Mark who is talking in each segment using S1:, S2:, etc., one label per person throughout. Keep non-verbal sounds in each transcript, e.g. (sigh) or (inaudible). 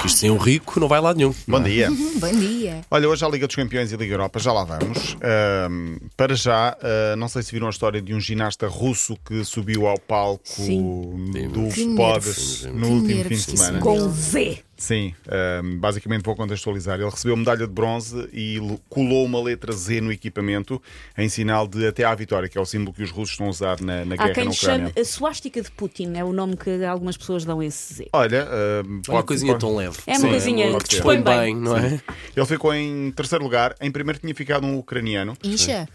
S1: Que isto sem um rico não vai lá nenhum.
S2: Bom dia.
S3: Hum, Bom dia.
S2: Olha, hoje há Liga dos Campeões e Liga Europa, já lá vamos. Ahm, para já, ah, não sei se viram a história de um ginasta russo que subiu ao palco
S3: Sim.
S2: do
S3: Que
S2: Pod
S3: nervos.
S2: no
S3: Que
S2: último fim
S3: nervos
S2: de
S3: que isso
S2: semana.
S3: me deu.
S4: Com
S2: é
S4: Z.
S2: Sim, ahm, basicamente vou contextualizar. Ele recebeu medalha de bronze e l- colou uma letra Z no equipamento em sinal de até à vitória, que é o símbolo que os russos estão a usar na, na
S4: Há
S2: guerra
S4: quem
S2: na
S4: lhe chame
S2: Ucrânia.
S4: a suástica de Putin, é o nome que algumas pessoas dão a esse Z.
S2: Olha, ahm,
S1: Olha, uma
S2: pode-
S1: coisinha
S2: pode-
S1: tão leve.
S4: É uma
S1: Sim,
S4: coisinha
S1: algo
S4: que
S1: te
S4: dispõe
S1: expõe
S4: bem.
S1: bem, não é?
S2: Ele ficou em terceiro lugar. Em primeiro tinha ficado um ucraniano.
S3: Incha.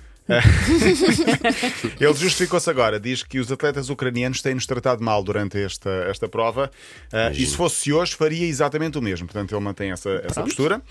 S2: Ele justificou-se agora, diz que os atletas ucranianos têm-nos tratado mal durante esta, esta prova Ah, e se fosse hoje faria exatamente o mesmo. Portanto, ele mantém essa, essa postura.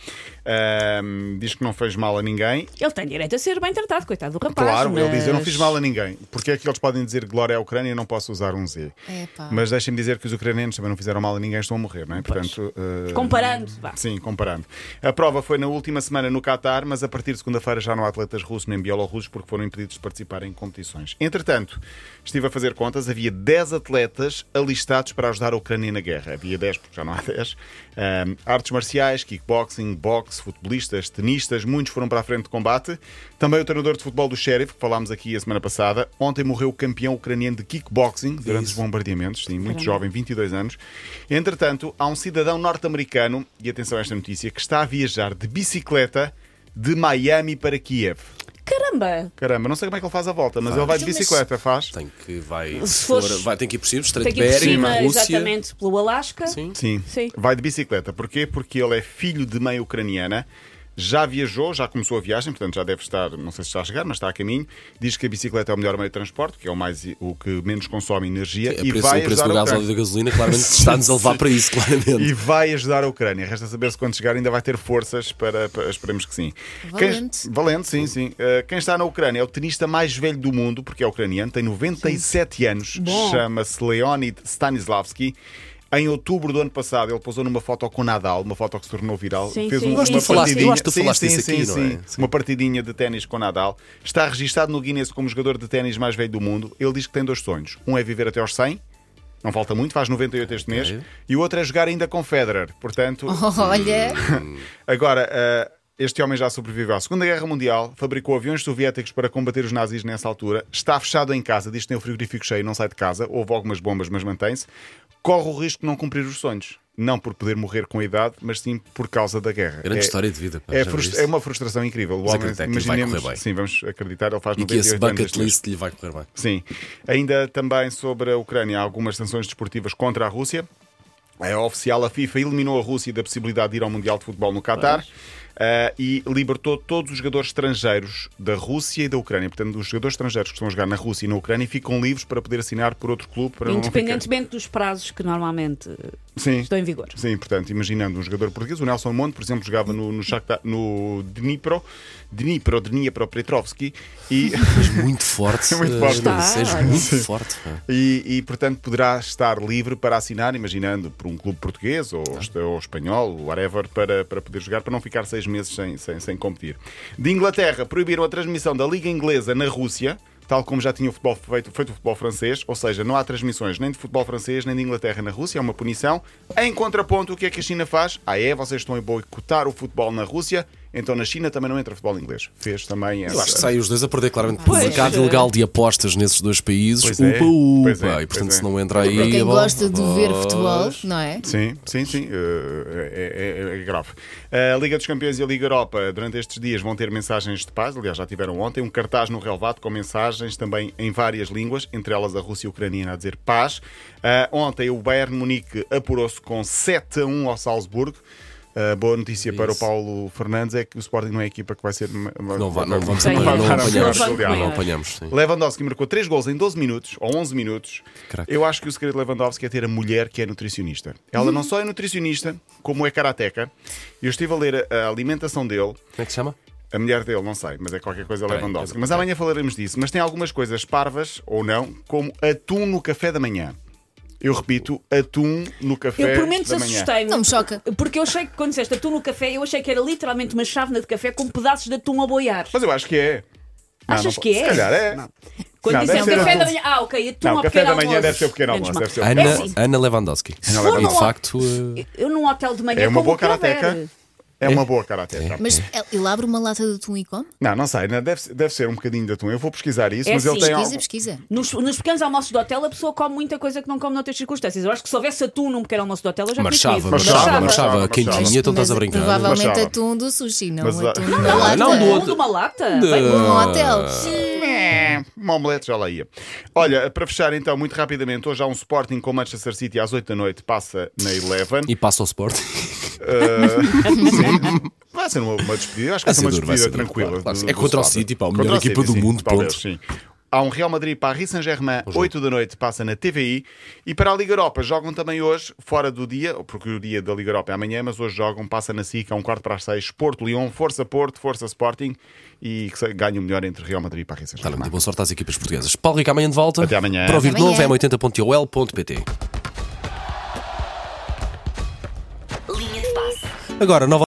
S2: Ah, diz que não fez mal a ninguém.
S4: Ele tem direito a ser bem tratado, coitado do rapaz.
S2: Claro, ele
S4: mas-
S2: diz: Eu não fiz mal a ninguém. Porque é que eles podem dizer glória à Ucrânia e não posso usar um Z?
S3: Epá.
S2: Mas deixem-me dizer que os ucranianos também não fizeram mal a ninguém, estão a morrer, não é? Portanto, ah,
S4: Comparando, vá.
S2: Sim, comparando. A prova foi na última semana no Qatar, mas a partir de segunda-feira já não há atletas russos nem bielorrussos porque foram impedidos de participar em competições. Entretanto, estive a fazer contas, havia 10 atletas alistados para ajudar a Ucrânia na guerra. Havia 10, porque já não há 10. Ahm, artes marciais, kickboxing, boxe, futebolistas, tenistas, muitos foram para a frente de combate. Também o treinador de futebol do Sheriff, que falámos aqui a semana passada. Ontem morreu o campeão ucraniano de kickboxing durante os bombardeamentos, sim, muito jovem, 22 anos. Entretanto, há um cidadão norte-americano, e atenção a esta notícia, que está a viajar de bicicleta de Miami para Kiev.
S4: Caramba!
S2: Caramba, não sei como é que ele faz a volta, mas ele vai de
S3: Então, mas-
S2: bicicleta, faz?
S1: Tem que vai,
S4: Se
S1: se for,
S4: fores-
S1: vai tem que ir por cima, Estreito
S4: Tem que ir por
S1: de
S4: cima,
S1: Bering, Rússia.
S4: exatamente, pelo Alasca.
S1: Sim.
S2: Sim.
S4: Sim.
S2: Vai de bicicleta. Porquê? Porque ele é filho de mãe ucraniana. Já viajou, já começou a viagem, portanto já deve estar, não sei se está a chegar, mas está a caminho. Diz que a bicicleta é o melhor meio de transporte, que é o, mais, o que menos consome energia.
S1: É,
S2: e
S1: o preço,
S2: vai
S1: o preço
S2: ajudar
S1: do
S2: a
S1: gás
S2: Ucrânia.
S1: óleo da gasolina claramente está-nos a levar para isso, claramente.
S2: E vai ajudar a Ucrânia. Resta saber se quando chegar ainda vai ter forças para. para- esperemos que sim.
S3: Valente.
S2: Quem, valente, sim, sim. Uh, quem está na Ucrânia é o tenista mais velho do mundo, porque é ucraniano, tem 97 anos,
S4: Bom.
S2: chama-se Leonid Stanislavski. Em outubro do ano passado, ele posou numa foto com Nadal, uma foto que se tornou viral.
S4: Sim,
S2: Fez
S4: sim,
S2: um-
S4: sim. Acho que
S2: uma
S4: tu falaste-
S2: partidinha.
S1: eu acho que tu
S2: Sim,
S1: falaste
S2: sim,
S1: isso aqui,
S2: sim,
S1: não é?
S2: sim.
S1: Sim.
S2: Uma partidinha de ténis com Nadal. Está registado no Guinness como jogador de ténis mais velho do mundo. Ele diz que tem dois sonhos. Um é viver até aos 100, não falta muito, faz 98 este mês.
S1: Ok.
S2: E o outro é jogar ainda com Federer. Portanto,
S3: (laughs) Oh, Olha,
S2: agora, ah, este homem já sobreviveu à Segunda Guerra Mundial, fabricou aviões soviéticos para combater os nazis nessa altura, está fechado em casa, diz que tem o frigorífico cheio, não sai de casa, houve algumas bombas, mas mantém-se. Corre o risco de não cumprir os sonhos. Não por poder morrer com a idade, mas sim por causa da guerra.
S1: Grande história de vida, pá,
S2: é,
S1: já
S2: frus-
S1: viste?
S2: é uma frustração incrível. O
S1: Mas
S2: homem,
S1: acredita que vai
S2: imaginemos-
S1: correr bem.
S2: Sim, vamos acreditar, ele faz
S1: E que esse
S2: 98 anos
S1: bucket
S2: este mês.
S1: list lhe vai correr bem.
S2: Sim. Ainda também sobre a Ucrânia, há algumas sanções desportivas contra a Rússia. É oficial, a FIFA eliminou a Rússia da possibilidade de ir ao Mundial de Futebol no Qatar ah, e libertou todos os jogadores estrangeiros da Rússia e da Ucrânia. Portanto, os jogadores estrangeiros que estão a jogar na Rússia e na Ucrânia ficam livres para poder assinar por outro clube. Para não ficar-
S4: Independentemente dos prazos que normalmente eh,
S2: Sim.
S4: estão em vigor.
S2: Sim, portanto, imaginando um jogador português, o Nelson Monte, por exemplo, jogava no, no, Shakhtar- no Dnipro, Dnipro, Dnipro Petrovski e.
S1: És muito (laughs) forte.
S2: Muito
S1: eh,
S2: forte.
S1: Nuno, és
S4: Está.
S1: muito forte. é? pá.
S2: E, e, portanto, poderá estar livre para assinar, imaginando, por um clube português ou, est- ou espanhol, whatever, para, para poder jogar, para não ficar seis meses sem, sem, sem competir. De Inglaterra, proibiram a transmissão da Liga Inglesa na Rússia, tal como já tinha o futebol feito, feito o futebol francês, ou seja, não há transmissões nem de futebol francês nem de Inglaterra na Rússia, é uma punição. Em contraponto, o que é que a China faz? Ah, é, vocês estão a boicotar o futebol na Rússia, então na China também não entra futebol inglês. Fez também essa.
S1: Eu acho que saem os dois a perder claramente pelo
S4: Pois,
S1: mercado
S4: eh.
S1: ilegal de apostas nesses dois países.
S2: Pois é,
S1: upa, upa.
S2: pois é,
S1: e portanto,
S2: pois é.
S1: se não entra aí.
S3: para
S1: a
S3: quem
S1: bola-
S3: gosta de ver
S1: Pois.
S3: futebol, não é?
S2: Sim, sim, sim. eh, é, é- é grave. A Liga dos Campeões e a Liga Europa, durante estes dias, vão ter mensagens de paz. Aliás, já tiveram ontem um cartaz no relevado com mensagens também em várias línguas, entre elas a Rússia e a Ucraniana a dizer paz. Ah, ontem o Bayern Munique apurou-se com 7 a 1 ao Salzburgo. Ah, boa notícia para o Paulo Fernandes é que o Sporting não é a equipa que vai ser.
S1: Não, va- não vamos
S4: Sim.
S1: apanhar, não
S4: Não
S1: apanhamos.
S4: vamos apanhar.
S1: Não apanhamos. sim.
S2: Lewandowski marcou 3 gols em 12 minutos, ou 11 minutos.
S1: Craque.
S2: Eu acho que o segredo de Lewandowski é ter a mulher que é nutricionista. Ela
S4: Uhum.
S2: não só é nutricionista, como é karateca. Eu estive a ler a a alimentação dele.
S1: Como é que se chama?
S2: A mulher dele, não sei, mas é qualquer coisa
S1: Bem,
S2: Lewandowski.
S1: é-
S2: Mas amanhã falaremos disso. Mas tem algumas coisas parvas, ou não, como atum no café da manhã. Eu repito, atum no café
S4: Eu por menos
S2: da manhã.
S4: assustei-me.
S3: Não me choca.
S4: Porque eu achei que quando disseste atum no café, eu achei que era literalmente uma chávena de café com pedaços de atum a boiar.
S2: Mas eu acho que é.
S4: Achas
S2: po-
S4: que é?
S2: Se calhar é.
S4: Quando
S2: Não,
S4: dizem
S2: deve ser
S4: café
S2: um
S4: da
S2: almoço.
S4: manhã. Ah, ok, eu tomo
S2: Não,
S4: ao
S2: café
S4: pequeno
S2: da manhã
S4: almoço.
S2: deve ser o pequeno
S4: Menos
S2: almoço.
S4: mal.
S2: Deve ser o
S1: Ana,
S2: pequeno
S4: assim.
S2: almoço.
S1: Ana Lewandowski.
S2: Ana
S1: E de
S4: Lewandowski.
S1: facto. eh,
S4: Eu num hotel de manhã
S2: É uma
S4: como
S2: boa
S4: o que houver.
S2: karateca. É uma boa karateca.
S3: Mas ele abre uma lata de atum e come?
S2: Não, não sei, né? deve, deve ser um bocadinho de atum. Eu vou pesquisar isso,
S4: É
S2: mas ele
S4: assim,
S2: tem.
S3: Pesquisa,
S2: algo-
S3: pesquisa.
S4: Nos, nos pequenos almoços do hotel, a pessoa come muita coisa que não come noutras circunstâncias. Eu acho que se houvesse atum num pequeno almoço do hotel, eu já tinha
S1: Marchava,
S4: comido.
S1: marchava,
S2: Marchava,
S1: marchava,
S2: marchava.
S3: Mas-
S1: quentinha, então estás a
S3: mas
S1: brincar.
S3: Provavelmente
S2: Mas-
S3: atum do sushi, não
S2: Mas-
S3: atum de
S2: Não,
S3: uma lata.
S1: não, do
S4: Ou
S1: outro. Ah.
S4: de é uma lata.
S1: De-
S4: Bem,
S3: Num hotel.
S2: É, Uma omelete já lá ia. Olha, para fechar então, muito rapidamente, hoje há um Sporting com Manchester City às 8 da noite, passa na Eleven.
S1: E passa ao (laughs) Sporting.
S2: Sim. (laughs) Vai ser uma, uma despedida, acho que vai ser uma
S1: duro, vai
S2: despedida
S1: ser duro,
S2: tranquila.
S1: claro, claro.
S2: do-
S1: É
S2: do
S1: contra o
S2: Sporting.
S1: City, pá, a
S2: Contra
S1: melhor equipa do
S2: sim,
S1: mundo, é.
S2: talvez,
S1: pronto.
S2: sim. Há um Real Madrid para Paris Saint-Germain, 8 da noite, passa na TVI. E para a Liga Europa, jogam também hoje, fora do dia, porque o dia da Liga Europa é amanhã, mas hoje jogam, passa na SIC, a um quarto para as 6, Porto Lyon, Força Porto, Força Sporting e que se- ganhe o melhor entre Real Madrid e Paris
S1: Está Tá bem,
S2: Saint-Germain.
S1: de boa sorte às equipas portuguesas. Paulo Rico, amanhã de volta.
S2: Até amanhã.
S1: Para ouvir de
S3: Até
S1: novo,
S3: amanhã.
S1: m80.ol.pt.
S5: Linha de passe.
S1: Agora, nova.